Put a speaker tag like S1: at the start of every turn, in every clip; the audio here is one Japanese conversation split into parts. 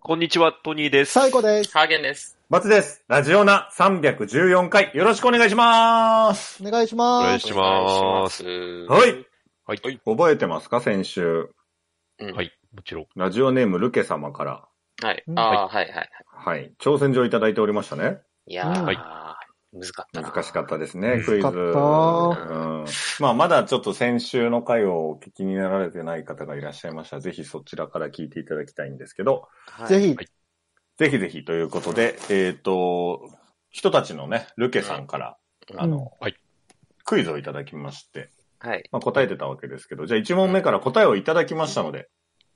S1: こんにちは、トニーです。
S2: 最高です。
S3: ハーゲンです。
S4: 松です。ラジオナ314回、よろしくお願いします。
S2: お願いし
S1: お
S2: ま
S1: 願
S2: す
S1: い。します。
S3: は
S4: はい。
S1: はい。はい。
S4: 覚えてますか先週。
S1: もちろん。
S4: ラジオネームルケ様から。
S3: はい
S2: うん。
S3: ああー、はいはい。
S4: はい。挑戦状いただいておりましたね。
S3: いやー、
S2: うん
S1: はい
S3: 難かったな。
S4: 難しかった
S3: で
S4: ですね、
S1: 難
S4: クイズ。
S2: か
S4: う
S2: った
S4: ん。まあ、まだちょっと先週の回をお聞きになられてない方がいらっしゃいましたら、ぜひそちらから聞いていただきたいんですけど、
S3: す
S2: ぜひ
S1: はい、
S4: ぜひぜひということで、えっ、と、人たちのね、ルケさんから、
S3: うん
S4: あの、
S1: はい
S4: クイズをいただきまして、
S3: はい。
S4: まあ、答えてたわけですけど、じゃあ1問目から答えをいただきましたので、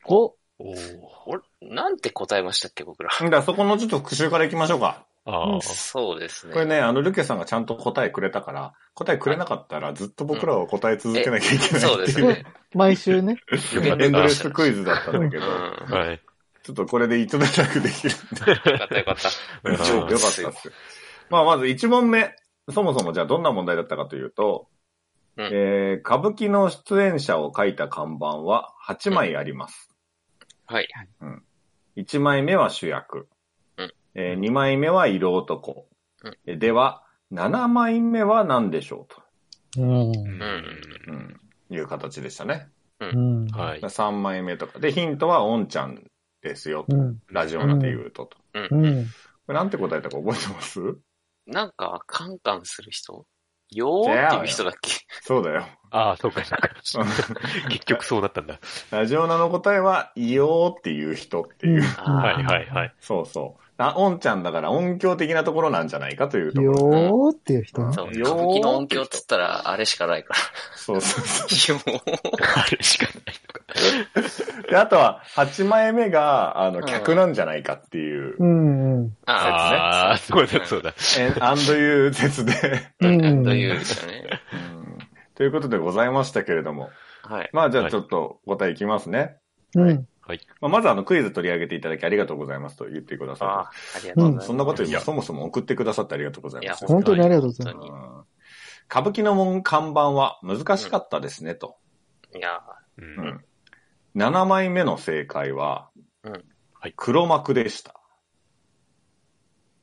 S2: お、
S1: おー。
S3: おなんて答えましたっけ、僕ら。
S4: じゃあそこのちょっと復習からいきましょうか。
S1: あー
S3: そうですね。
S4: これね、あの、ルケさんがちゃんと答えくれたから、答えくれなかったらずっと僕らは答え続けなきゃいけない
S3: そうで
S4: って
S3: す
S4: いう、
S3: ね。
S2: 毎週ね。
S1: よかった
S4: エンドレスクイズだったんだけ
S3: う
S4: ど、
S3: ん。
S1: はい。
S4: ちょっとこれで一段落できるんで、
S3: よかったよかった。
S1: うん
S4: よかったっす。 まあ、まず1問目。そもそもじゃあどんな問題だったかというと、
S3: うん
S4: えー歌舞伎の出演者を書いた看板は8枚あります。
S3: はい。
S4: 1枚目は主役。
S3: うん
S4: え2枚目は色男。
S3: うん
S4: えでは、7枚目は何でしょうと。
S2: うん。
S3: ん
S4: うん、いう形でしたね。
S2: うん。
S1: はい。
S4: 3枚目とか。で、ヒントは、おんちゃんですよ。
S2: うん。
S4: ラジオなんて言うとと。こ
S3: うん
S2: う。ん。
S4: れなんて答えたか覚えてます
S3: なんか、カンカンする人よーっていう人だっけ
S4: そうだよ。
S1: ああ、そうか、そうか結局そうなったんだ。
S4: ラジオナの答えは、いよーっていう人っていう。
S3: あ
S1: はい、はい、はい。
S4: そうそう。あ、おんちゃんだから音響的なところなんじゃないかというとこ
S2: よ
S4: ろ。
S2: ーっていう人
S4: う
S2: ね
S4: ん
S3: ーそう。
S4: よ
S3: 歌
S4: ー
S3: 舞伎の音響っつったら、あれしかないから。
S4: そうそうそ
S3: よー
S1: あれしかない。
S4: う。で、あとは、8枚目が、あ
S3: う
S4: の、
S3: ん
S4: 客なんじゃないかっていう、
S2: うんうん。
S3: あ
S1: ああ、そうだ、そうだ。
S4: えアンドユー説で、
S2: う
S3: あ、
S2: ん。
S3: というですよね。
S4: うんということでございましたけれども。
S3: はい。
S4: まあ、じゃあちょっと答えいきますね。
S2: うん。
S4: まあ、まずあのクイズ取り上げていただきありがとうございますと言ってく
S3: あ
S4: だ
S3: あ
S4: さ、
S3: ありがとうございま
S4: い
S3: す。
S4: そんなことよ
S1: い
S4: り
S1: や
S4: そもそも送ってくださってありがとうございます。
S3: いや
S2: 本当にありがとうございま
S3: 本当に。
S4: うん歌舞伎の門看板は難しかったですね、と。
S3: いや
S1: う。
S4: うんん、7枚目の正解は、
S3: うん
S1: はい
S4: 黒幕でした。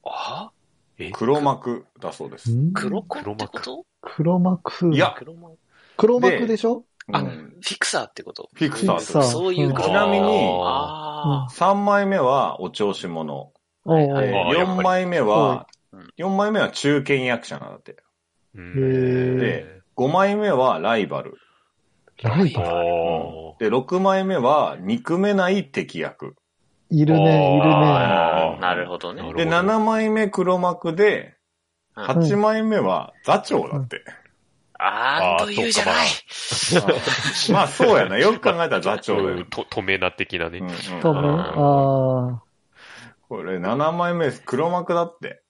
S3: あ
S1: え
S4: 黒幕だそうです。
S2: す。
S3: 黒子ってこと
S2: 黒幕。
S4: いや
S3: 黒幕
S2: 黒幕でしょ
S3: あ
S4: うん
S3: フィクサーってこと
S4: フィク
S2: フィ
S4: サー
S2: クサー
S3: そういうこと
S4: ちなみに
S3: あ
S4: 3枚目はお調子者。
S2: お
S3: はい
S4: え
S3: はい
S4: ー
S1: あーやっぱり
S4: 4枚目は
S3: うん、
S4: 4枚目は中堅役者なんだって。
S1: うん
S2: へ
S4: で、5枚目はライバル。
S2: ライ
S1: あ
S2: バ
S1: ー
S4: で、6枚目は憎めない敵役。
S2: いるね、
S1: あ
S3: あ、
S1: ー
S3: なるほどね
S1: な。る
S4: で、7枚目黒幕で、
S3: うん
S4: 8枚目は座長だって。
S3: あー、というじゃない。
S4: まあそうやな。よく考えたら座長だ
S1: う
S4: よ
S1: ん。と、止めな的な
S4: うん
S1: ね。
S4: うん
S2: いるね。多分。あ
S4: これ7枚目黒幕だって。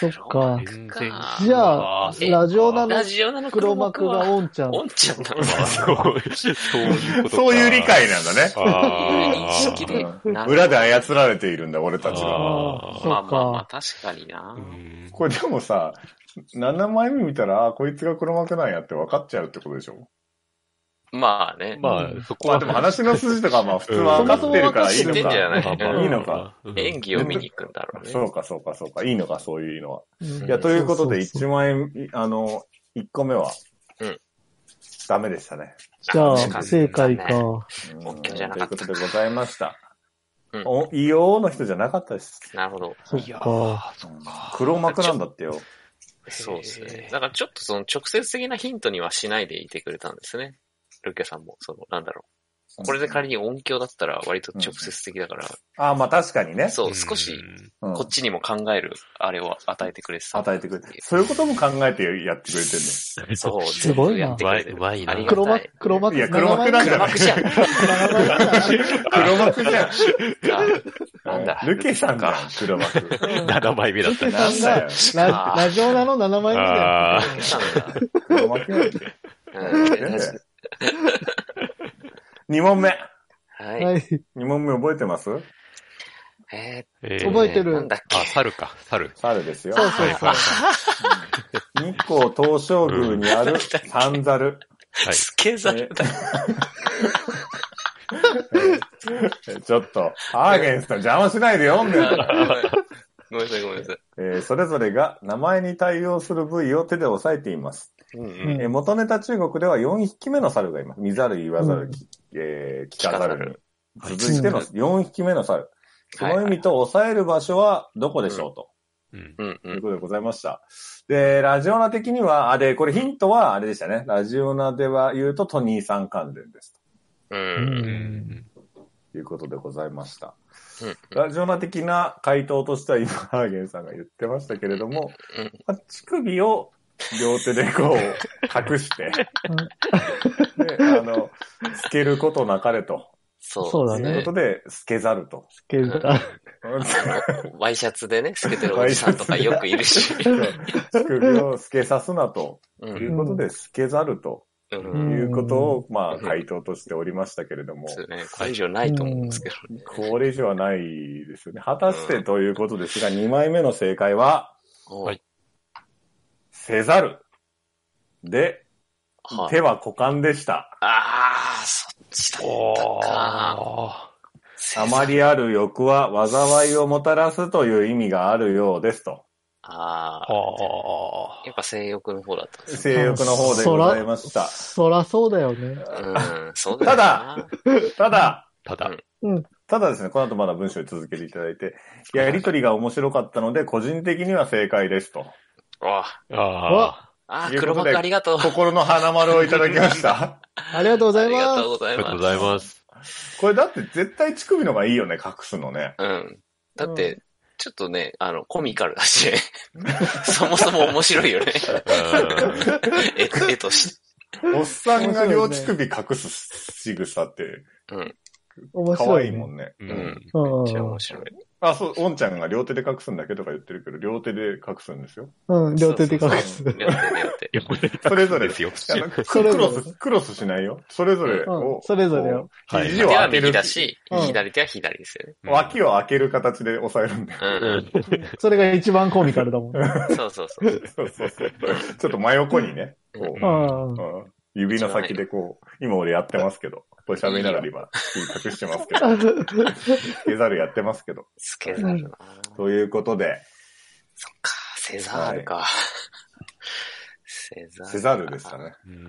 S2: そっか
S3: 黒幕
S2: あ。じゃ
S1: あ
S2: あ、
S3: ー
S2: ラジオなの
S3: ラジオなの
S2: 黒
S3: 黒
S2: 幕
S3: 幕
S2: が
S3: は、
S2: オンちゃん。
S3: おんちゃんなの
S1: そう、そういうことか
S4: そういう理。解なんだね。
S1: あ
S3: そういう認識で
S4: うん裏で操られているんだ、俺たちは。
S2: ああ、
S1: あー
S2: そ
S3: まあ
S2: う
S3: まあまあ、
S2: か。
S3: 確かにな
S1: あ。うん
S4: これでもさ、7枚目見たら、あこいつが黒幕なんやって分かっちゃうってことでしょ
S3: まあね。
S1: まあ、そこ
S4: まあ
S1: は。
S4: でも話の筋とかはまあ普通は分かってるからいい
S3: 知っ
S4: の
S3: てんじゃ
S4: か。
S3: ない
S1: まあまあ
S4: いいのか。
S1: うん
S3: 演技を見に行くんだろうね。
S4: そうかそうかそうか。いいのか、そういうのは。
S2: うん
S4: いや、ということで、
S2: そうそうそ
S4: 一
S2: う
S4: 枚、あの、一個目は、
S3: うん
S4: ダメでしたね。
S2: じゃあ、不正解か。
S4: うん
S3: オッケーじゃなかった
S4: ということでございました。
S3: うん
S4: お、硫黄の人じゃなかったです。
S3: なるほど。
S2: そっ
S1: いや
S2: か。
S4: 黒幕なんだってよ。
S3: そうです
S1: へ
S3: ね
S1: ー。
S3: だからちょっとその直接的なヒントにはしないでいてくれたんですね。ルケさんも、その、なんだろう。これで仮に音響だったら割と直接的だから、
S4: ああ、まあ確かにね。
S3: そう、少し、
S4: うん
S3: こっちにも考える、あれを与えてくれてた。
S4: 与えてくれて。そういうことも考えてやってくれてる
S1: うん
S3: そう、
S2: すごいな
S3: 全部やってくれてる
S1: うまいな
S3: ありがた
S2: 黒幕、黒幕。
S4: いや黒幕なんじゃ
S3: 黒
S4: ない
S3: 幕じゃん。
S4: 黒幕じゃん。
S3: なん だ。
S4: ルケさんが
S3: か。
S4: 黒幕。
S1: 7枚目だ ったな。
S4: なんだよ。
S2: ララジオナの7枚目だよ。
S1: あ
S3: ルケさんが
S4: 黒幕なんだよ。
S3: うん
S4: 2問目。
S3: は。
S2: はいい。
S4: 2問目覚えてます
S3: え
S1: ー
S3: ー
S2: 覚えてる
S3: なんだっけ
S1: あ、。猿か、猿。
S4: 猿ですよ。
S2: そうそうそう。
S4: 日光東照宮にある三猿。
S1: はい。
S3: スケザルだ。
S4: ちょっと、アーゲンスさん邪魔しないで 読んでる。
S3: ごめんなさい、ごめんなさい。
S4: えーそれぞれが名前に対応する部位を手で押さえています。
S3: う
S2: う
S3: んう
S2: ん
S3: ん。
S4: えー元ネタ中国では4匹目の猿がいます。見ざる、言わざる、きえー聞かざるに。続いての4匹目の猿。その意味と押さえる場所はどこでしょうと。
S1: うん。
S3: うんう。
S4: というんことでございました。で、ラジオナ的には、あ、で、これヒントはあれでしたね。ラジオナでは言うとトニーさん関連です。
S3: う。
S1: うんん。
S4: ということでございました。
S3: うん
S4: ラジオナ的な回答としては今、ハーゲンさんが言ってましたけれども
S3: うん、
S4: まあ乳首を両手でこう、隠して、で、あの、透けることなかれと。
S3: そう。
S2: そう
S4: と
S2: だね
S4: いうことで、透けざると。
S2: つけるか。
S3: ワイシャツでね、透けてるおじさんとかよくいるし。
S4: 乳首を透けさすなと。
S3: う
S4: い
S3: ん。
S4: うことで、透けざると
S3: うん。
S4: いうことを、まあ、
S3: うん
S4: 回答としておりましたけれども、
S3: そうね。これ以上ないと思うんですけどね。
S4: これ以上はないですよね。果たしてということですが、2枚目の正解は、
S3: は。
S4: せざる。で、
S3: はい
S4: 手は股間でした。
S3: ああ、そっちだったか。
S1: あ
S4: あま。りある欲は災いをもたらすという意味があるようですと。
S1: あ。
S3: ああ。
S1: あ
S3: やっぱ性欲の方だったんですね。
S4: 性欲の方でございました。
S2: そらそうだよね。
S3: うん、そうだよ
S4: た
S3: な。
S4: ただ、
S1: ただ、
S4: ただですね、この後まだ文章を続けていただいて、やりとりが面白かったので、個人的には正解ですと。
S3: わ
S1: あ
S3: ああ、
S4: ということで
S3: 黒幕ありがとう。
S4: 心の花丸をいただきました。
S2: ありがとうご
S3: あ
S2: ざい
S3: りが
S2: ま
S3: と
S2: す。
S3: うござ
S1: あ
S3: い
S1: りがとう
S3: ま
S1: ございます。
S4: これだって絶対乳首の方がいいよね、隠すのね。
S3: す。うん。だって、ちょっとね、あの、コミカルだし、 そもそも面白いよね。絵と、絵とし。
S4: おっさんが両乳首隠す仕草って、
S2: 面
S4: 可
S2: 白
S4: 愛
S2: い
S4: い
S2: ね。
S4: もんね。
S1: うんん。うん
S2: うん
S3: めっちゃ面白い。
S4: あ、そう、おんちゃんが両手で隠すんだけとか言ってるけど、両手で隠すんですよ。
S2: うん、両手で隠す
S3: そう。そうそう両手で両手。
S1: いやこれ
S4: それぞれ
S1: ですよ。
S4: あのク
S2: それ
S4: ク
S2: ぞれ
S4: ロス、クロスしないよ。それぞれ
S2: うん
S4: を、
S2: それぞれを。
S4: こう
S1: はい
S4: 肘
S3: 手
S4: を
S3: は
S4: 開ける
S3: 右。だし、
S2: うん
S3: 左手は左ですよね。
S4: 脇を開ける形で押さえるんだよ。
S3: う。
S2: それが一番コミカルだもん。うん
S3: そうそうそう。
S4: そうそう そう。ちょっと真横にね、こう、
S2: ん。
S4: うん指の先でこう、今俺やってますけど、これ喋りながら今、隠してますけど、ケザルやってますけど。
S3: スケザルな。
S4: ということで、
S3: そっか、セザールか。セザール。
S4: セザルでした。ね。
S1: うん
S4: うん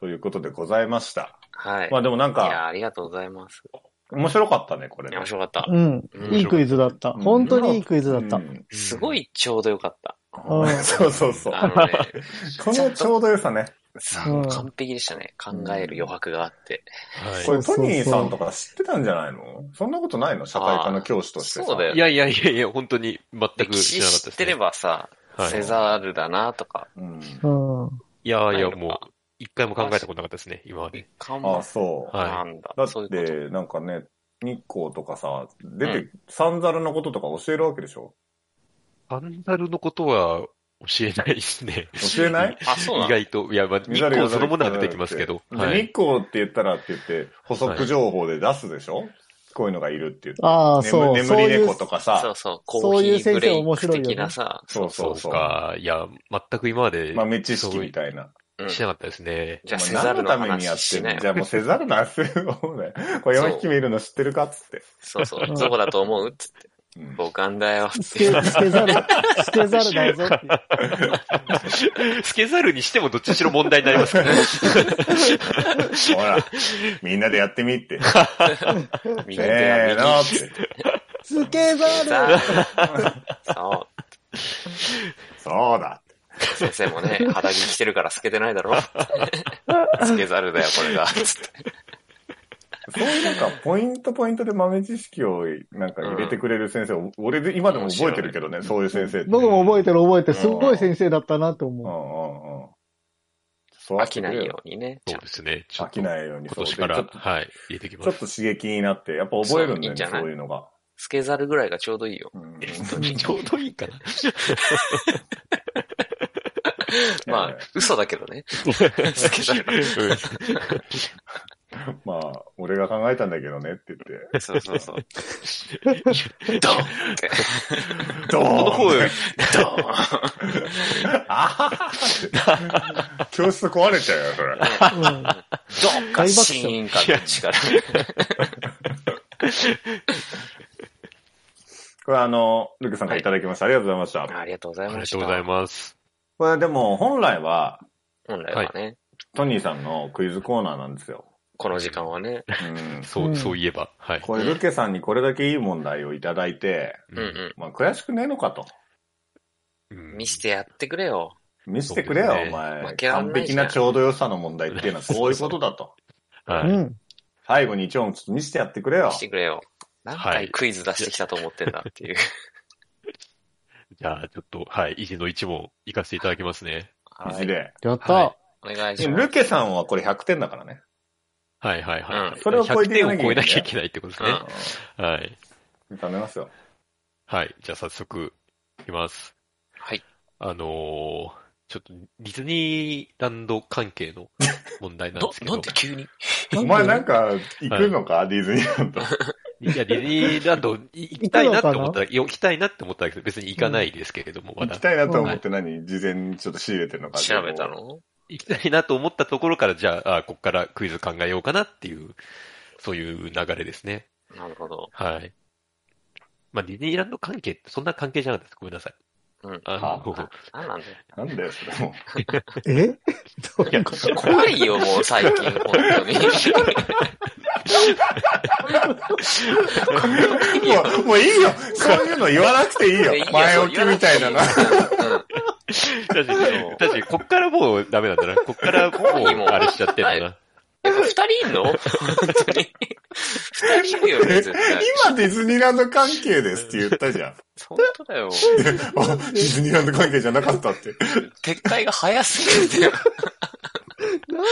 S4: ということでございました。
S3: はい。
S4: まあでもな
S3: い
S4: ん
S3: や
S4: か、
S3: ー、ありがとうございます。
S4: 面白かったね、これ
S3: い
S4: ね
S3: や、面白かった。
S2: うん。
S3: うん
S2: いいクイズだった。
S4: うん
S2: 本当にいいクイズだっ
S4: う
S2: た。
S4: ん
S3: すごいちょうどよかった。
S2: うん
S4: そうそうそう。
S3: あのね、
S4: このちょうど良さね。
S3: さ
S2: うん
S3: 完璧でしたね。考える余白があって。
S1: は
S4: こ
S2: そ
S4: れト
S2: うそうそう
S4: ニーさんとか知ってたんじゃないのそんなことないの社会科の教師としてさ。
S3: あーそうだよ
S1: い。いやいやいやいや、本当に全く
S3: 歴
S1: 知
S3: 史
S1: らなかった
S3: 知
S1: で
S3: っ
S1: す、
S3: てれ
S1: ね。
S3: ばさ、
S1: はい
S3: セザールだなとか、
S4: うん。
S2: うん。
S1: いやいや、
S3: ないの
S1: も
S3: か
S1: う、一回も考えたことなかったですね、今まで。
S3: 看
S4: あ
S3: 板
S4: あ、そう。
S1: はい
S3: なんだ。
S4: だ
S3: そうい
S4: っ
S3: うこ
S4: て、なんかね、日光とかさ、出
S3: う
S4: て、サンザルのこととか教えるわけでしょ
S1: サンダルのことは教えないですね。
S4: 教えない
S3: と。あ、そうな
S1: 意
S3: の
S1: 外と、いや、まあ、日
S4: 見ざる
S1: 光そのものは出てきますけど。
S4: で
S1: はい。
S4: 日光って言ったらって言って、補足情報で出すでしょこういうのがいるって言って。
S2: ああ、
S4: 眠
S2: そう。
S4: 眠
S2: そう
S4: り
S2: いう
S4: 猫とか
S3: そう
S4: さ。
S3: そう、コ
S2: そう
S3: ーヒ
S2: いう
S3: ーブ
S2: 先生
S3: レイ
S2: 面
S3: ク
S2: 白いよね
S3: 的なさ、
S4: そう
S1: そ
S4: そううそう。
S1: か。いや、全く今まで、
S4: 豆知識みたいな。
S3: うん
S1: しなかったですね。
S3: じゃあ
S4: お前
S3: セザルの
S4: 何のためにや
S3: 話
S4: って
S3: し
S4: ん
S3: な
S4: の
S3: よ
S4: じ。ゃあもうセザルの話 するよ。これ4匹見るの知ってるかっつって。
S3: そうそうう、
S2: ん
S3: どこだと思うつって。
S4: うん
S3: 母艦だよ。
S2: スケ、スケザル、スケザルだぞって いう。
S1: スケザルにしてもどっちにしろ問題になりますからね。
S4: ほら、みんなでやってみ って。
S3: 右
S4: せ
S3: 手は
S4: ー
S3: 右
S4: のって。
S2: スケ
S3: セザ
S2: ザル
S3: ールそ
S4: そうだ。
S3: う。先生もね、肌着着てるから透けてないだろ。透けざるだよ、これが。つって
S4: そういうなんか、ポイントポイントで豆知識をなんか入れてくれる先生、お俺で今でも覚えてるけどね、そういう先生って。
S2: 僕も覚えてる覚えてる。すっごい先生だったなと
S4: うん
S2: 思
S4: うんうん。そう
S3: 飽きないよ。うにね。ち
S1: そ
S3: ゃん
S1: う
S3: と
S1: ですね。ちょ
S4: 飽
S1: っ
S4: き
S1: と、
S4: ないように。
S1: 今
S4: そう
S1: 年か
S4: ちょ
S1: ら、
S4: っと
S1: はい、入れてき
S4: ちょ
S1: ま
S4: っ
S1: す。
S4: と刺激になって、やっぱ覚えるん
S3: そう
S4: だ
S3: いい
S4: よ
S3: んじ
S4: ね、
S3: ゃない
S4: そういうのが。
S3: 透けざるぐらいがちょうどいいよ。
S4: うん
S1: ちょうどいいか な。
S3: まあ、嘘だけどね。透けざる。
S1: うん
S4: まあ、オ俺が考えたんだけどねって言って、
S3: そうそうそう。ドーンって。
S4: ド
S3: この
S4: ーン
S3: 声、ドーン。
S4: あはは教室壊れちゃうよ、それ。
S2: うん
S3: ドーンか、
S2: 大爆笑
S3: シーンか、どっちか。
S4: これあの、ルクさんからいただきました。ありがとうございました。
S3: ありがとうござい
S1: あり
S3: ま
S1: が
S3: した。
S1: とうございます。
S4: これでも本来は、
S3: 本来はね、
S4: トニーさんのクイズコーナーなんですよ。
S3: この時間はね。
S4: うん。
S1: そう、
S2: うん
S1: そういえば。はい。
S4: これ、ルケさんにこれだけいい問題をいただいて、
S3: うんう
S4: まあ、悔しくねえのかと。
S1: うん
S3: ん。見してやってくれよ。
S4: 見せてくれよ、
S1: そうですね
S4: お前。
S3: 負けらん
S4: 完
S3: ない
S4: 璧
S3: じゃん
S4: なちょうど良さの問題っていうのはこういうこ とだと。
S1: は
S2: う
S1: い。
S2: ん。
S4: 最後に一音ちょっと見せてやってくれよ
S3: 見し。てくれよ。何回クイズ出してきたと思ってんだっていう。
S1: じゃあ、ちょっと、はい。意地の一問、行かせていただきますね。
S4: マジ
S3: はい
S4: で。
S2: やった、
S1: は
S3: お願い
S4: で
S3: し
S4: も
S3: ま
S4: ル
S3: す。
S4: ケさんはこれ100点だからね。
S1: はいはいはい。
S3: うん
S4: それを超え
S1: 100
S4: てい
S1: 点
S4: か
S1: を超え
S4: なきゃいけない
S1: なきゃいけないってことですね。はい。
S4: ダメますよ。
S1: はい。じゃあ早速、いきます。
S3: はい。
S1: あのー、ちょっと、ディズニーランド関係 の問題なん
S3: ど
S1: ですけど。
S3: なんで急に
S4: お前なんか行くのか、ディズニーランド。
S1: いや、ディズニーランド行きたいなって思ったら、行きたいなって思ったけど、別に行かないですけれども、ま
S4: 行
S1: だ
S4: き。たいなと思って何事前にちょっと仕入れてんのか。
S3: 調べたの
S1: 行きたいなと思ったところから、じゃあ、あこっからクイズ考えようかなっていう、そういう流れですね。
S3: なるほど。
S1: はい。まあ、ディズニーランド関係ってそんな関係じゃなかったです。ごめんなさい。
S3: うん。
S1: あの、
S3: 何なんだよ。
S4: なんだよ、それも
S2: え どういうこと
S3: 怖いよ、もう 最近、本当に。
S4: う。もう、もういいよそういうの言わなくていいよ
S3: いいよ
S4: 前置きみたいなな。
S1: 確かに、確かに、こっからもうダメなんだな。こっからもう、あれしちゃってんだな。
S3: え二人いんの本当に。二人いるよね、絶対。
S4: 今ディズニーランド関係ですって言ったじゃん。
S3: 本当だよ。
S4: あ ディズニーランド関係じゃなかったって。
S3: 撤回が早すぎるんだよ。
S2: な
S3: ま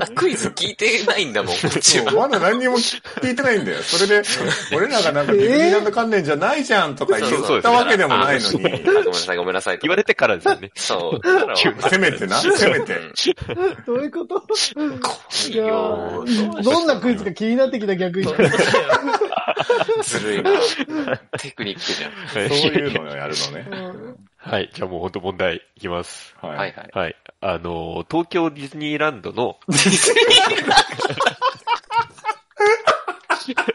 S2: んで
S3: だクイズ聞いてないんだもん、こっち
S4: もう
S3: は。
S4: まだ何にも聞いてないんだよ。それで、俺らがなんかディズニーランド関連じゃないじゃんとか言
S1: そうそう
S4: ったわけでもないの
S1: そう
S3: あ
S4: に。
S3: ごめんなさい、ごめんなさいと。
S1: 言われてからですよね。
S3: そう。だから
S1: 急に
S4: せめてな、せめ
S3: う
S4: て。
S3: ん
S2: どういうこと
S3: 怖い
S2: いや
S3: よ。
S2: ーどんなクイズか気になってきた逆に。
S3: ずるいな。テクニックじゃん。
S1: はい
S4: そういうのをやるのね。
S1: はい。じゃあもう本当問題いきます。
S3: は
S4: はいい。
S3: はい。
S1: はい。あのー、東京ディズニーランドの、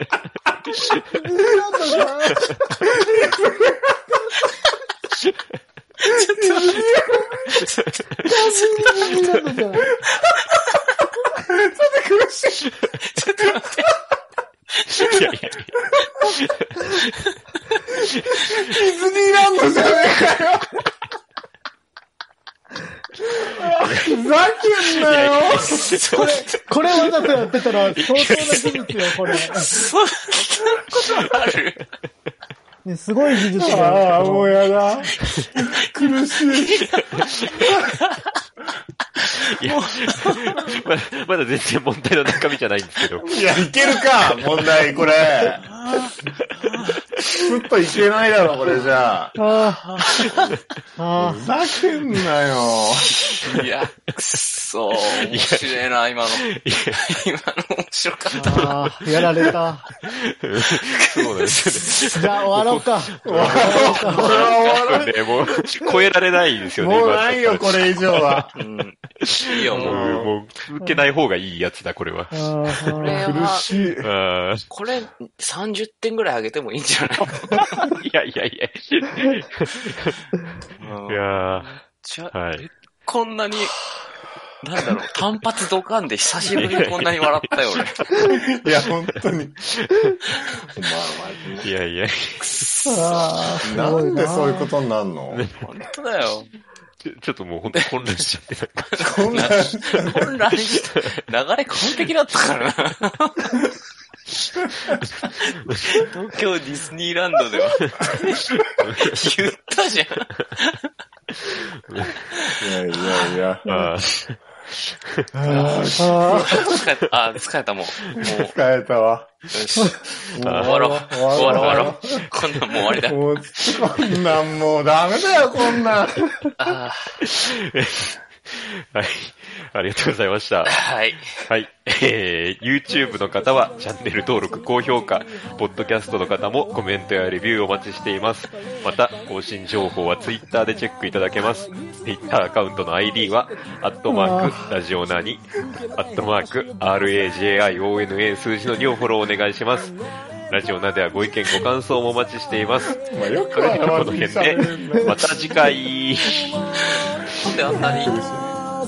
S2: なんだろうな
S1: いやいやい
S2: ディズニーランドじゃない
S4: ディズニーランドじゃねえかよふざけんなよ
S2: これ、これわざとやってたら相当な技術よ、これ。
S3: そ んなことある
S2: ね、すごい技術だ
S4: ああ、
S2: よ。
S4: もうやだ。苦しい。
S1: や、まだまだ全然問題の中身じゃないんですけど。
S4: いや、いけるか問題、これ。ずっといけないだろ、これじゃあ。
S2: ああ。あ
S4: ふざけんなよ。
S3: いや、くっそー。面白いな、今の。今の面白かっ
S2: あ。ああ。やられた。
S1: そうなんです
S2: じゃあ終わろう か。終わろうか。
S4: これは終わ
S1: よね。もう、超えられないです
S4: る。
S1: よね。
S4: もうないよ、
S1: 今
S4: これ以上 は。
S3: た。いいよ、
S1: も
S3: もう。
S1: う、もう、続けない方がいいやつだ、これは。
S2: あ
S3: これ
S2: あ
S4: 苦
S3: は、
S4: しい。
S1: あー
S3: これ30点ぐらい上げてもいいんじゃない
S1: いやいやいや。いや
S3: じ
S1: ー
S3: ゃ、
S1: はい。
S3: こんなに、なんだろう、単発ドカンで久しぶりにこんなに笑ったよ、俺。くっ
S4: いや、本当に。
S1: いやいや。
S3: そ
S2: ああ。す
S4: まあ、
S2: ご
S4: ないんでそういうことになる の
S3: 本当だよ。
S1: ちょちょっともう本当混乱しちゃってなんか。
S4: こんな、
S3: 混乱して、流れ完璧だったからな。東京ディズニーランドでは、言ったじゃん。
S4: いやいやいや。
S1: あー
S4: あー
S2: あ
S3: 疲れた、あ、疲れたもう。もう、
S4: 疲れたわ。
S3: よし。
S4: 終
S3: 終わろう。終わろう、終わろう。こんなんもう終わりだ。
S4: もう、こんなんもうダメだよ、こんなん。
S3: あ
S1: はい。ありがとうございました。
S3: はい。
S1: はい。えー、YouTube の方はチャンネル登録、高評価、ポッドキャストの方もコメントやレビューお待ちしています。また、更新情報は Twitter でチェックいただけます。Twitter アカウントの ID は、アットマーク、ラジオナに、アットマーク、RAJIONA 数字の2をフォローお願いします。ラジオナではご意見、ご感想もお待ちしています。
S4: まあ、よく
S1: それではこの辺
S4: しゃべ
S1: で
S4: るね、
S1: また次回。
S3: なんであんなに、いや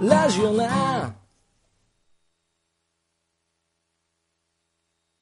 S5: ラジオな